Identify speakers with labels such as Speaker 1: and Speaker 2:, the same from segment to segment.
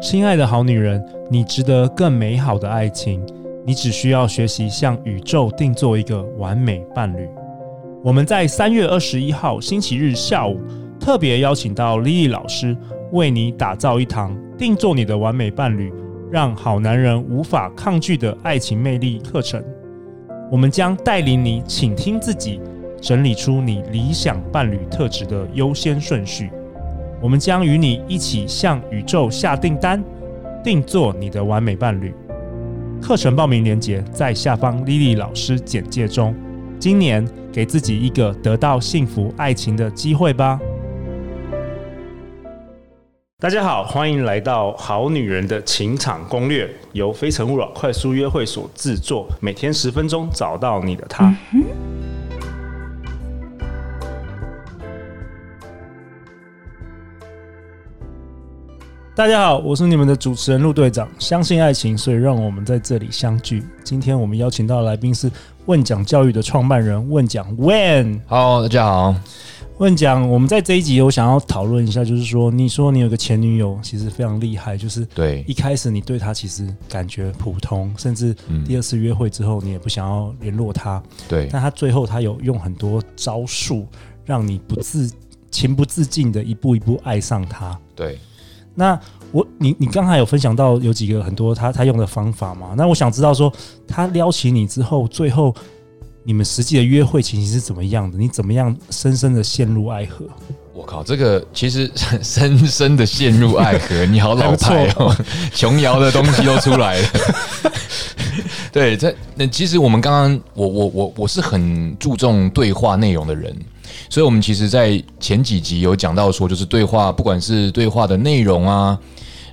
Speaker 1: 亲爱的好女人，你值得更美好的爱情。你只需要学习向宇宙定做一个完美伴侣。我们在三月二十一号星期日下午特别邀请到 Lily 老师，为你打造一堂定做你的完美伴侣，让好男人无法抗拒的爱情魅力课程。我们将带领你倾听自己，整理出你理想伴侣特质的优先顺序。我们将与你一起向宇宙下订单，定做你的完美伴侣。课程报名链接在下方 Lily 老师简介中。今年给自己一个得到幸福爱情的机会吧！大家好，欢迎来到《好女人的情场攻略》，由非诚勿扰快速约会所制作，每天十分钟，找到你的他。大家好，我是你们的主持人陆队长。相信爱情，所以让我们在这里相聚。今天我们邀请到的来宾是问讲教育的创办人问讲 When。
Speaker 2: Hello，大家好。
Speaker 1: 问讲，我们在这一集我想要讨论一下，就是说，你说你有个前女友，其实非常厉害，就是
Speaker 2: 对
Speaker 1: 一开始你对她其实感觉普通，甚至第二次约会之后你也不想要联络她，
Speaker 2: 嗯对
Speaker 1: 但她最后她有用很多招数，让你不自情不自禁的一步一步爱上她。
Speaker 2: 对，
Speaker 1: 那我你你刚才有分享到有几个很多他他用的方法嘛？那我想知道说他撩起你之后，最后你们实际的约会情形是怎么样的？你怎么样深深的陷入爱河？
Speaker 2: 我靠，这个其实深深的陷入爱河，你好老派哦， 琼瑶的东西都出来了。 对，这那其实我们刚刚，我我我我是很注重对话内容的人，所以我们其实，在前几集有讲到说，就是对话，不管是对话的内容啊，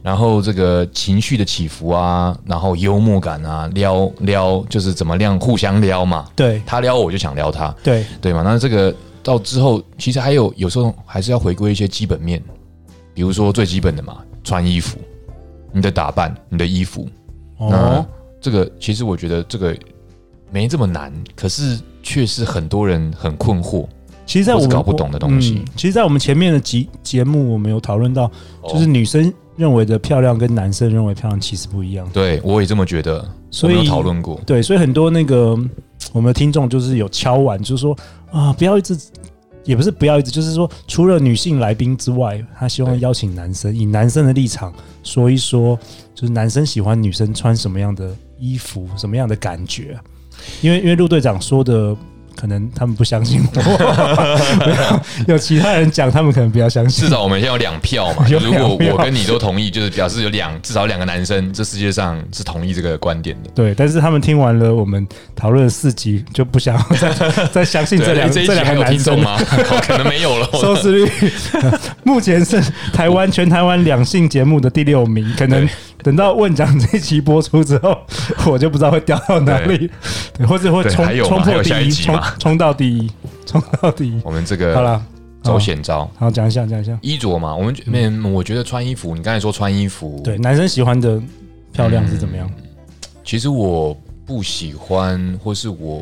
Speaker 2: 然后这个情绪的起伏啊，然后幽默感啊，撩撩就是怎么样互相撩嘛，
Speaker 1: 对
Speaker 2: 他撩我就想撩他，
Speaker 1: 对
Speaker 2: 对嘛？那这个到之后，其实还有有时候还是要回归一些基本面，比如说最基本的嘛，穿衣服，你的打扮，你的衣服。
Speaker 1: 哦
Speaker 2: 那，这个其实我觉得这个没这么难，可是却是很多人很困惑。
Speaker 1: 其实，在我们嗯
Speaker 2: 我是搞不懂的东西
Speaker 1: 其实，在我们前面的节节目，我们有讨论到，
Speaker 2: 哦
Speaker 1: 就是女生认为的漂亮跟男生认为漂亮其实不一样。
Speaker 2: 对我也这么觉得，
Speaker 1: 所以
Speaker 2: 我们有讨论过。
Speaker 1: 对，所以很多那个嗯我们的听众就是有敲碗，就是说啊，不要一直，也不是不要一直，就是说除了女性来宾之外，他希望
Speaker 2: 对
Speaker 1: 邀请男生，以男生的立场说一说，就是男生喜欢女生穿什么样的衣服，什么样的感觉，啊因为因为陆队长说的。可能他们不相信我， 有有其他人讲，他们可能比较相信，
Speaker 2: 至。少我们现在有两票 嘛
Speaker 1: 有
Speaker 2: 如果
Speaker 1: 两票
Speaker 2: 我跟你都同意，就是表示有两至少两个男生，这世界上是同意这个观点的。
Speaker 1: 对，但是他们听完了我们讨论了四集，就不想 要再再相信这
Speaker 2: 对
Speaker 1: 两
Speaker 2: 这一
Speaker 1: 这
Speaker 2: 集
Speaker 1: 两个
Speaker 2: 还有
Speaker 1: 男
Speaker 2: 听
Speaker 1: 生
Speaker 2: 众。吗？ 好可能没有了。
Speaker 1: 收视 率目前是台湾全台湾两性节目的第六名，可能
Speaker 2: 对
Speaker 1: 等到问讲这期播出之后， 我就不知道会掉到哪里，对，或者会
Speaker 2: 对
Speaker 1: 冲
Speaker 2: 还有吗
Speaker 1: 冲
Speaker 2: 还
Speaker 1: 破
Speaker 2: 有
Speaker 1: 第
Speaker 2: 下一
Speaker 1: 一，
Speaker 2: 集
Speaker 1: 冲
Speaker 2: 吗
Speaker 1: 冲到第一，冲到第一。
Speaker 2: 我们这个
Speaker 1: 好了，
Speaker 2: 走险招。
Speaker 1: 好，讲一下，讲一下。
Speaker 2: 衣着嘛，我们嗯，我觉得穿衣服，你刚才说穿衣服，
Speaker 1: 对，，男生喜欢的漂亮是怎么样？
Speaker 2: 嗯其实我不喜欢，或是我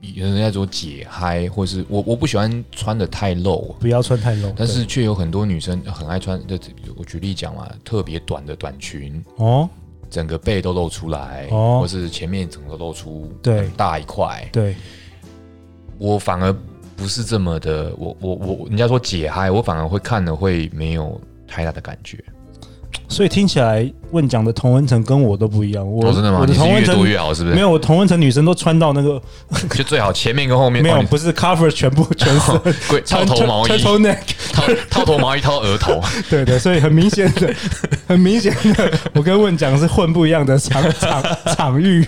Speaker 2: 有人家说解嗨，或是我我不喜欢穿的太露，
Speaker 1: 不要穿太露，对
Speaker 2: 但是却有很多女生很爱穿，就我举例讲嘛，特别短的短裙，
Speaker 1: 哦，
Speaker 2: 整个背都露出来，
Speaker 1: 哦
Speaker 2: 或是前面整个露出
Speaker 1: 对
Speaker 2: 很大一块，
Speaker 1: 对，
Speaker 2: 我反而不是这么的，我我我，人家说解嗨，我反而会看了会没有太大的感觉。
Speaker 1: 所以听起来问讲的同文层跟我都不一样，我
Speaker 2: 哦真的吗？
Speaker 1: 我的
Speaker 2: 你是
Speaker 1: 同文
Speaker 2: 越多
Speaker 1: 层
Speaker 2: 越好，是不是？
Speaker 1: 没有，我同文层女生都穿到那个
Speaker 2: 就最好前面跟后面
Speaker 1: 没
Speaker 2: 哦
Speaker 1: 有，
Speaker 2: 你
Speaker 1: 不是 cover 全部全身，
Speaker 2: 贵套头毛衣，
Speaker 1: 哦头 neck，
Speaker 2: 套套头毛衣，套额 头，
Speaker 1: 对对，所以很明显 的，很明显的，我跟问讲是混不一样的场 场场域，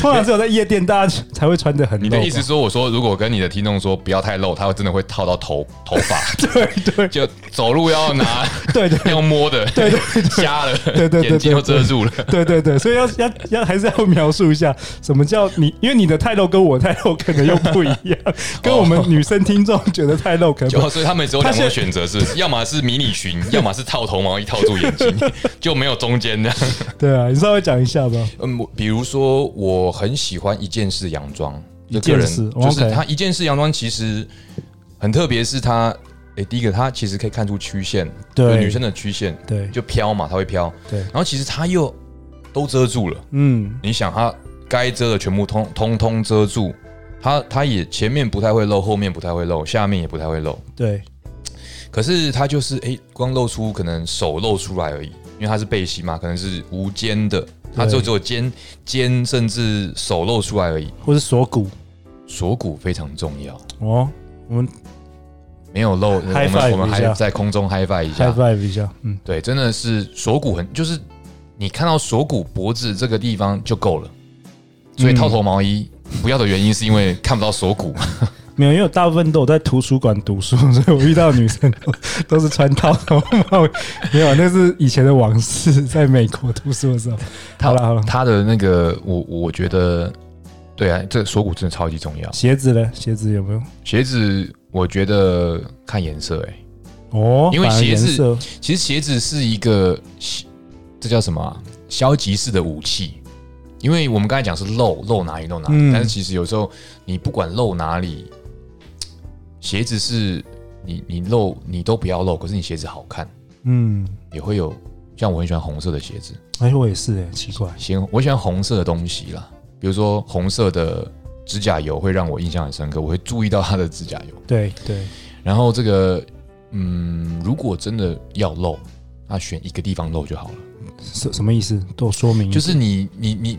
Speaker 1: 通常只有在夜店大家才会穿的很露
Speaker 2: 你
Speaker 1: 吧。
Speaker 2: 的意思说，我说如果跟你的听众说不要太露，他会真的会套到 头头发，
Speaker 1: 对对
Speaker 2: 就走路要拿
Speaker 1: 对对
Speaker 2: 要摸的，
Speaker 1: 对对
Speaker 2: 瞎了，
Speaker 1: 对对对
Speaker 2: 眼睛都遮 住了。
Speaker 1: 对对对，所以要要要还是要描述一下什么叫你，因为你的太露跟我太露可能又不一 样，跟我们女生听众觉得太露可能不一样
Speaker 2: 就所以他们只有两
Speaker 1: 他
Speaker 2: 种
Speaker 1: 是
Speaker 2: 选择，是不是要么是迷 你裙，要么是套头毛衣套住眼睛，就没有中间的。
Speaker 1: 对啊，你稍微讲一下吧。
Speaker 2: 嗯，我比如说我很喜欢一件式洋装，
Speaker 1: 一
Speaker 2: 一
Speaker 1: 件
Speaker 2: 件
Speaker 1: 式
Speaker 2: 式，
Speaker 1: 哦
Speaker 2: 就是
Speaker 1: OK
Speaker 2: 它一件式洋装其实很特别，是它诶，第一个她其实可以看出曲线，就是
Speaker 1: 对，
Speaker 2: 女生的曲线
Speaker 1: 对
Speaker 2: 就飘嘛，她会飘。
Speaker 1: 对
Speaker 2: 然后其实她又都遮住了，
Speaker 1: 嗯
Speaker 2: 你想她该遮的全部通通通遮住，她她也前面不太会露，后面不太会露，下面也不太会露。
Speaker 1: 对
Speaker 2: 可是她就是诶，光露出可能手露出来而已，因为她是背心嘛，可能是无肩的，她就只有肩肩甚至手露出来而已。
Speaker 1: 或是锁骨
Speaker 2: 锁骨非常重要，
Speaker 1: 哦，我们
Speaker 2: 没有露，我
Speaker 1: High five
Speaker 2: 们我们
Speaker 1: 一
Speaker 2: 还
Speaker 1: 下
Speaker 2: 在空中 high five 一
Speaker 1: high
Speaker 2: 下。
Speaker 1: five 一下，嗯
Speaker 2: 对，真的是锁骨很，就是你看到锁骨脖子这个地方就够了。所以
Speaker 1: 嗯
Speaker 2: 套头毛衣不要的原因是因为看不到锁骨。
Speaker 1: 没有，因为我大部分都有在图书馆读书， 所以我遇到的女生都都是穿套 头帽，没有，啊那是以前的往事，在美国读书的时 候。好了好了，
Speaker 2: 他的那个，我我觉得，对啊，这个锁骨真的超级重要。
Speaker 1: 鞋子呢？鞋子有没有？
Speaker 2: 鞋子我觉得看颜色、欸，
Speaker 1: 哦，
Speaker 2: 因为
Speaker 1: 反而
Speaker 2: 鞋子
Speaker 1: 颜色
Speaker 2: 其实鞋子是一个这叫什么啊、消极式的武器，因为我们刚才讲是露露哪里露哪里，
Speaker 1: 嗯
Speaker 2: 但是其实有时候你不管露哪里，鞋子是你你露你都不要露，可是你鞋子好看，
Speaker 1: 嗯，
Speaker 2: 也会有像我很喜欢红色的鞋子，
Speaker 1: 哎，我也是哎，奇怪，
Speaker 2: 先我喜欢红色的东西啦，比如说红色的指甲油会让我印象很深刻，我会注意到它的指甲油。
Speaker 1: 对对，
Speaker 2: 然后这个嗯，如果真的要露，那选一个地方露就好了。
Speaker 1: 什什么意思？都有说明一下，
Speaker 2: 就是你你你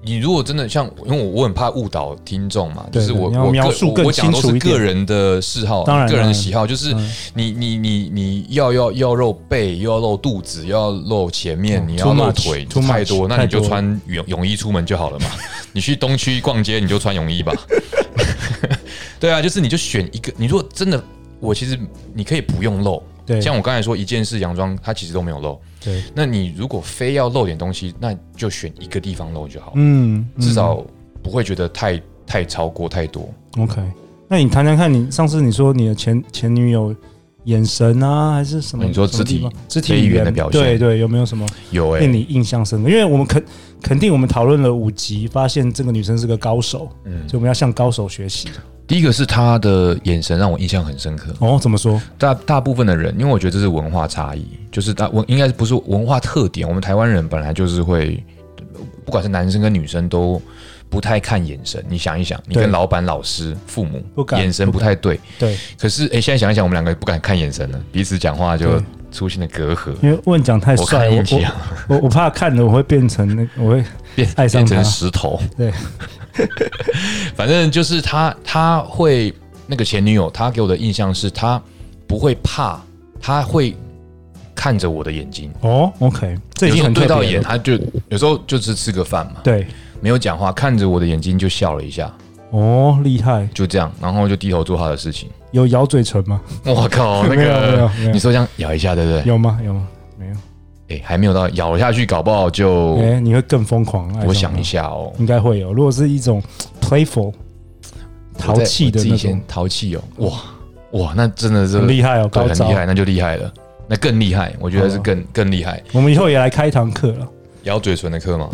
Speaker 2: 你如果真的像，因为我我很怕误导听众嘛，就
Speaker 1: 对
Speaker 2: 是我
Speaker 1: 你要
Speaker 2: 我
Speaker 1: 描
Speaker 2: 个
Speaker 1: 述
Speaker 2: 我
Speaker 1: 更
Speaker 2: 我讲都
Speaker 1: 清楚
Speaker 2: 是
Speaker 1: 一点
Speaker 2: 个人的嗜好，
Speaker 1: 当然
Speaker 2: 个人
Speaker 1: 当
Speaker 2: 的
Speaker 1: 然
Speaker 2: 喜好，就是
Speaker 1: 嗯
Speaker 2: 你你你你要要要露背，又要露肚子，又要露前面，
Speaker 1: 嗯
Speaker 2: 你要
Speaker 1: too
Speaker 2: 露
Speaker 1: much，
Speaker 2: 腿
Speaker 1: too much，
Speaker 2: 太多，那
Speaker 1: 太
Speaker 2: 你就
Speaker 1: 多
Speaker 2: 穿泳泳衣出门就好了嘛。 你去东区逛街，你就穿泳衣吧。 对啊，就是你就选一个，你如果真的，我其实你可以不用露，
Speaker 1: 对
Speaker 2: 像我刚才说一件式洋装，它其实都没有露。
Speaker 1: 对，
Speaker 2: 那你如果非要露点东西，那就选一个地方露就好，
Speaker 1: 嗯，嗯
Speaker 2: 至少不会觉得太太超过太多。
Speaker 1: OK。那你谈谈看你上次你说你的前前女友眼神啊，还是什么？
Speaker 2: 哦你说
Speaker 1: 什么
Speaker 2: 肢体
Speaker 1: 地方肢
Speaker 2: 非
Speaker 1: 体
Speaker 2: 语
Speaker 1: 语
Speaker 2: 言
Speaker 1: 言
Speaker 2: 的表现
Speaker 1: 对对，有没有什欸么
Speaker 2: 有哎、
Speaker 1: 令你印象深刻？因为我们肯肯定我们讨论了五集，发现这个女生是个高手，
Speaker 2: 嗯
Speaker 1: 所以我们要向高手学习。
Speaker 2: 第一个是他的眼神让我印象很深刻。
Speaker 1: 哦，怎么说？
Speaker 2: 大大部分的人，因为我觉得这是文化差异，就是大文应该不是文化特点。我们台湾人本来就是会，不管是男生跟女生都不太看眼神。你想一想，你
Speaker 1: 对
Speaker 2: 跟老板、老师、父母
Speaker 1: 不敢
Speaker 2: 眼神不
Speaker 1: 不
Speaker 2: 太对，
Speaker 1: 对，
Speaker 2: 可是哎、诶现在想一想，我们两个也不敢看眼神了，彼此讲话就
Speaker 1: 对
Speaker 2: 出现了隔阂。
Speaker 1: 因为问讲太
Speaker 2: 我
Speaker 1: 帅，
Speaker 2: 看
Speaker 1: 我
Speaker 2: 一集啊。
Speaker 1: 我我我怕看了我会变成那我 会
Speaker 2: 变
Speaker 1: 爱上
Speaker 2: 变成
Speaker 1: 他
Speaker 2: 石头。
Speaker 1: 对，
Speaker 2: 反正就是他，他会那个前女友，他给我的印象是他不会怕，他会看着我的眼睛。
Speaker 1: 哦，OK，这已
Speaker 2: 有
Speaker 1: 经
Speaker 2: 时候
Speaker 1: 很
Speaker 2: 对
Speaker 1: 特
Speaker 2: 到
Speaker 1: 别
Speaker 2: 眼，
Speaker 1: 了
Speaker 2: 他就有时候就只吃个饭嘛，
Speaker 1: 对，
Speaker 2: 没有讲话，看着我的眼睛就笑了一下，
Speaker 1: 哦，厉害，
Speaker 2: 就这样，然后就低头做他的 事情。
Speaker 1: 有咬嘴唇吗？
Speaker 2: 我靠，那
Speaker 1: 没有没
Speaker 2: 个
Speaker 1: 有没有
Speaker 2: 你说这样咬一下，对不对？
Speaker 1: 有吗？有吗？没有。
Speaker 2: 哎、还没有到咬下去，搞不好就、
Speaker 1: 哎、你会更疯狂。爱上
Speaker 2: 我想
Speaker 1: 他
Speaker 2: 一，下哦，
Speaker 1: 应该会有。如果是一种 playful、
Speaker 2: 我
Speaker 1: 淘
Speaker 2: 在
Speaker 1: 气
Speaker 2: 我
Speaker 1: 的
Speaker 2: 自己
Speaker 1: 那种
Speaker 2: 先，淘气哦，哇哇，那真的是
Speaker 1: 很厉害哦，
Speaker 2: 对，
Speaker 1: 高
Speaker 2: 很
Speaker 1: 招哦
Speaker 2: 厉。害，那就厉害了，那更厉害，我觉得是更、更厉害。
Speaker 1: 我们以后也来开一堂课了，
Speaker 2: 咬嘴唇的 课吗？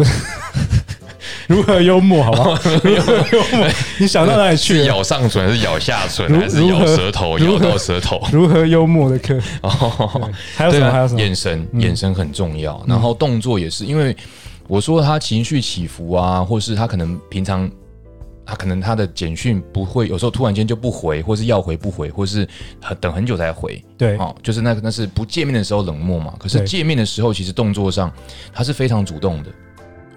Speaker 1: 如何幽默，好不 好？如何幽默？你想到哪里去
Speaker 2: 是
Speaker 1: 了？
Speaker 2: 咬上唇，还是咬下唇，
Speaker 1: 如
Speaker 2: 还是咬舌头，
Speaker 1: 如
Speaker 2: 咬
Speaker 1: 何
Speaker 2: 到舌头？
Speaker 1: 如何幽默的课？
Speaker 2: 哦
Speaker 1: 对， 还有什
Speaker 2: 对
Speaker 1: 么？
Speaker 2: 啊
Speaker 1: 还有什么？嗯
Speaker 2: 眼神，眼神很重要，然后动作也是，因为我说他情绪起伏啊，或是他可能平常。他可能他的简讯不会，有时候突然间就不回，或是要回不回，或是很等很久才回，
Speaker 1: 对，
Speaker 2: 哦，就是那那是不见面的时候冷漠嘛。可是
Speaker 1: 对
Speaker 2: 见面的时候，其实动作上他是非常主动的，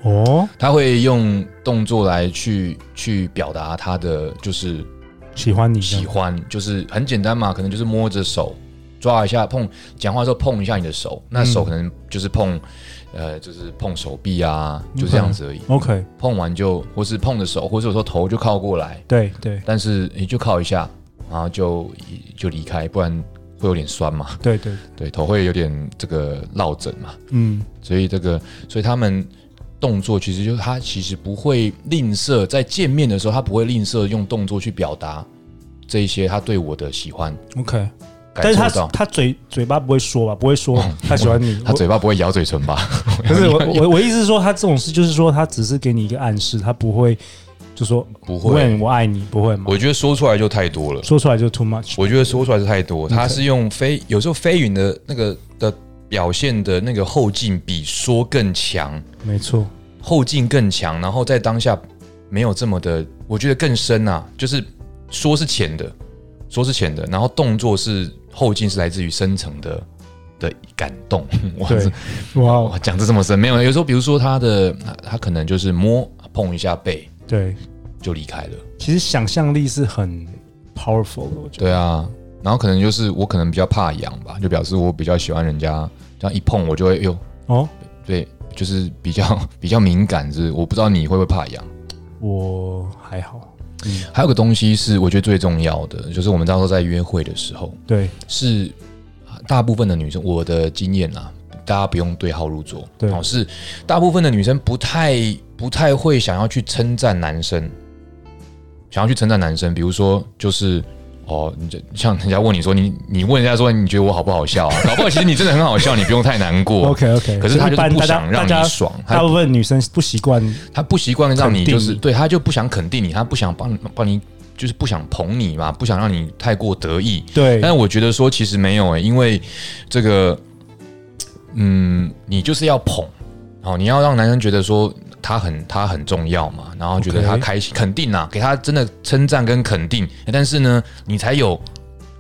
Speaker 1: 哦，
Speaker 2: 他会用动作来去去表达他的就是
Speaker 1: 喜欢你这
Speaker 2: 喜
Speaker 1: 样，
Speaker 2: 欢，就是很简单嘛，可能就是摸着手，抓一下碰，讲话的时候碰一下你的手，那
Speaker 1: 嗯
Speaker 2: 手可能就是碰，呃，就是碰手臂啊，就这样
Speaker 1: 嗯
Speaker 2: 子而已。
Speaker 1: OK，
Speaker 2: 碰完就或是碰着手，或者说头就靠过来，
Speaker 1: 对对
Speaker 2: 但是你就靠一下，然后就就离开，不然会有点酸嘛，
Speaker 1: 对对，
Speaker 2: 对，头会有点这个落枕嘛。
Speaker 1: 嗯，
Speaker 2: 所以这个，所以他们动作其实就是他其实不会吝啬，在见面的时候他不会吝啬用动作去表达这一些他对我的喜欢，
Speaker 1: OK，但
Speaker 2: 感
Speaker 1: 是他
Speaker 2: 受到。哦
Speaker 1: 他嘴嘴巴不会说吧？不会说他喜欢你，
Speaker 2: 他嘴巴不会咬嘴唇吧？
Speaker 1: 不是我我我意思是说，他这种事就是说，他只是给你一个暗示，他不会就说
Speaker 2: 不会
Speaker 1: when 我爱你不会吗？
Speaker 2: 我觉得说出来就太多了。
Speaker 1: 说出来就 too much。
Speaker 2: 我觉得说出来是太多，
Speaker 1: OK
Speaker 2: 他是用飞，有时候飞云的那个的表现的那个后劲比说更强，
Speaker 1: 没错，
Speaker 2: 后劲更强，然后在当下没有这么的，我觉得更深啊，就是说是浅的，说是浅的，然后动作是后劲是来自于深层的的感动。 哇
Speaker 1: 对，哇哦，
Speaker 2: 哇，讲这这么深，没有，有时候比如说他的他他可能就是摸碰一下背
Speaker 1: 对，
Speaker 2: 就离开了，
Speaker 1: 其实想象力是很 powerful 的，我觉得。
Speaker 2: 对啊。然后可能就是我可能比较怕痒吧，就表示我比较喜欢人家这样一碰我就会哟，
Speaker 1: 哦，
Speaker 2: 对，就是比较 比较敏感，就是我不知道你会不会怕痒。
Speaker 1: 我还好，
Speaker 2: 还有个东西是我觉得最重要的，就是我们到时候在约会的时候，
Speaker 1: 对
Speaker 2: 是大部分的女生，我的经验啊，大家不用对号入座，
Speaker 1: 对
Speaker 2: 哦，是大部分的女生不太不太会想要去称赞男生，想要去称赞男生，比如说就是。哦，你这像人家问你说你，你问人家说你觉得我好不好笑啊？搞不好其实你真的很好笑，你不用太难 过。
Speaker 1: ，OK OK。
Speaker 2: 可是他
Speaker 1: 一
Speaker 2: 就是
Speaker 1: 般
Speaker 2: 不
Speaker 1: 大
Speaker 2: 想
Speaker 1: 家
Speaker 2: 让
Speaker 1: 大
Speaker 2: 你
Speaker 1: 家
Speaker 2: 爽，他
Speaker 1: 大部分女生不习惯，
Speaker 2: 他不习惯让你
Speaker 1: 肯定
Speaker 2: 就是
Speaker 1: 你
Speaker 2: 对他就不想肯定你，他不想帮帮你，就是不想捧你嘛，不想让你太过得意。
Speaker 1: 对
Speaker 2: 但是我觉得说其实没有诶、欸因为这个，嗯，你就是要捧，哦，你要让男生觉得说他很他很重要嘛，然后觉得
Speaker 1: OK
Speaker 2: 他开心，肯定啦、给他真的称赞跟肯定，但是呢，你才有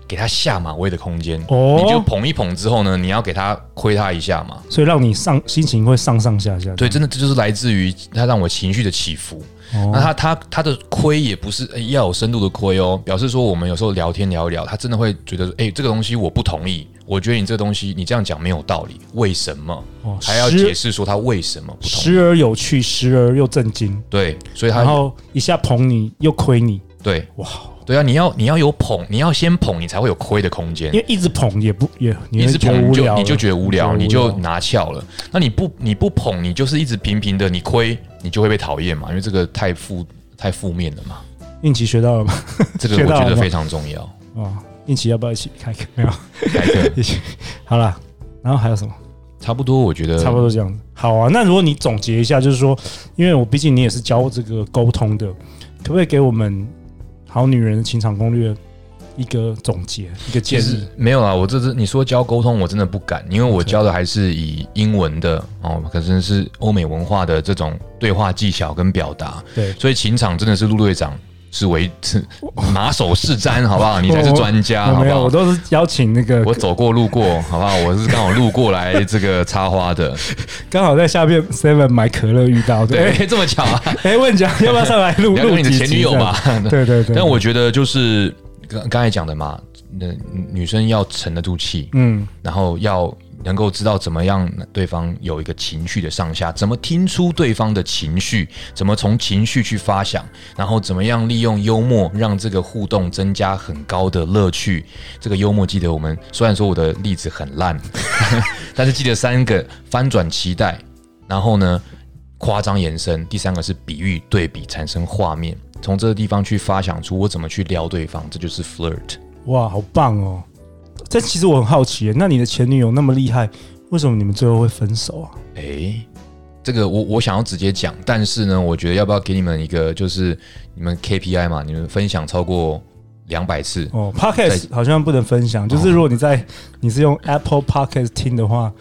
Speaker 2: 给他下马威的空间。
Speaker 1: 哦
Speaker 2: 你就捧一捧之后呢，你要给他亏他一下嘛。
Speaker 1: 所以让你上心情会上上下下。
Speaker 2: 对，，真的这就是来自于他让我情绪的起伏。那
Speaker 1: 嗯哦，
Speaker 2: 他他他的亏也不是、诶要有深度的亏哦，表示说我们有时候聊天聊一聊，他真的会觉得，哎、这个东西我不同意，我觉得你这个东西你这样讲没有道理，为什么？
Speaker 1: 哦
Speaker 2: 还要
Speaker 1: 时
Speaker 2: 解释说他为什么不同意？
Speaker 1: 时而有趣，时而又震惊，
Speaker 2: 对，所以
Speaker 1: 然
Speaker 2: 他
Speaker 1: 后一下捧你又亏你，
Speaker 2: 对
Speaker 1: 哇，
Speaker 2: 对啊，你要你要有捧，你要先捧，你才会有亏的空间
Speaker 1: 因。为一直捧也不也，你
Speaker 2: 你
Speaker 1: 会
Speaker 2: 一直
Speaker 1: 觉得
Speaker 2: 捧
Speaker 1: 无
Speaker 2: 你
Speaker 1: 聊
Speaker 2: 就
Speaker 1: 了，
Speaker 2: 你就觉得无聊，你
Speaker 1: 觉得
Speaker 2: 就
Speaker 1: 无聊
Speaker 2: 拿翘了。那你不你不捧，你就是一直平平的，你亏你就会被讨厌嘛，因为这个太负太负面了嘛。
Speaker 1: 应急学到了吗？
Speaker 2: 这个
Speaker 1: 学
Speaker 2: 我
Speaker 1: 到
Speaker 2: 觉
Speaker 1: 了
Speaker 2: 得
Speaker 1: 吗
Speaker 2: 非常重要。
Speaker 1: 哦，应急要不要一起开个？ 没有，
Speaker 2: 改课
Speaker 1: 一起好啦。然后还有什么？
Speaker 2: 差不多，我觉得
Speaker 1: 差不多这样子。好啊，那如果你总结一下，就是说，因为我毕竟你也是教这个沟通的，可不可以给我们好女人的情场攻略一个总结，一个
Speaker 2: 其
Speaker 1: 建
Speaker 2: 实
Speaker 1: 议？
Speaker 2: 没有啊，我这次你说教沟通，我真的不敢，因为我教的还是以英文的哦，可能是欧美文化的这种对话技巧跟表达，
Speaker 1: 对，
Speaker 2: 所以情场真的是陆队长是为 是马首是瞻，好不好？你才是专家，
Speaker 1: 我
Speaker 2: 好
Speaker 1: 没
Speaker 2: 不
Speaker 1: 有，
Speaker 2: 好
Speaker 1: 我？都是邀请那个
Speaker 2: 我走过路过，好不好？我是刚好路过来这个插 花的，
Speaker 1: 刚好在下面 Seven 买可乐遇到的。
Speaker 2: 对
Speaker 1: 哎，
Speaker 2: 这么 巧啊！
Speaker 1: 哎，问 讲要不要上来录
Speaker 2: 你要
Speaker 1: 录
Speaker 2: 跟你的
Speaker 1: 几
Speaker 2: 前
Speaker 1: 集
Speaker 2: 女友
Speaker 1: 这样
Speaker 2: 吧？
Speaker 1: 对对对，
Speaker 2: 但我觉得就是刚刚才讲的嘛，那女生要沉得住气，
Speaker 1: 嗯，
Speaker 2: 然后要能够知道怎么样对方有一个情绪的上下，怎么听出对方的情绪，怎么从情绪去发想，然后怎么样利用幽默让这个互动增加很高的乐趣。这个幽默记得我们虽然说我的例子很烂， 但是记得三个翻转期待，然后呢夸张延伸，第三个是比喻对比产生画面。从这个地方去发想出我怎么去撩对方，这就是 flirt。
Speaker 1: 哇，好棒哦！但其实我很好奇耶，那你的前女友那么厉害，为什么你们最后会分手啊？
Speaker 2: 诶，哎这个我我想要直接讲，但是呢，我觉得要不要给你们一个，就是你们 KPI 嘛，你们分享超过两百次，
Speaker 1: 哦，Podcast 好像不能分
Speaker 2: 哦
Speaker 1: 享，就是如果你在你是用 Apple Podcast 听的话，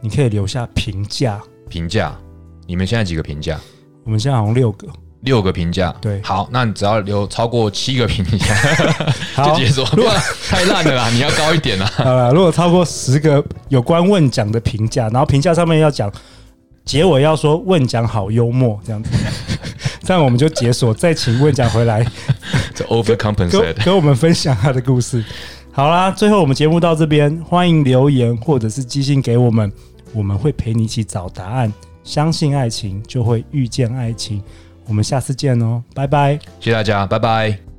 Speaker 1: 你可以留下评价。
Speaker 2: 评价，你们现在几个评价？
Speaker 1: 我们现在好像六个，
Speaker 2: 六个评价，
Speaker 1: 对
Speaker 2: 好，那你只要留超过七个评价就
Speaker 1: 好
Speaker 2: 解锁，哇太烂了啦，你要高一点啦。
Speaker 1: 好了，如果超过十个有关问奖的评价，然后评价上面要讲结尾要说问奖好幽默这样子， 这样我们就解锁，再请问奖回来
Speaker 2: 这
Speaker 1: 跟
Speaker 2: overcompensate，
Speaker 1: 跟我们分享他的故事。好啦，最后我们节目到这边，欢迎留言或者是寄信给我们，我们会陪你一起找答案。相信爱情，就会遇见爱情。我们下次见哦，拜拜。
Speaker 2: 谢谢大家，拜拜。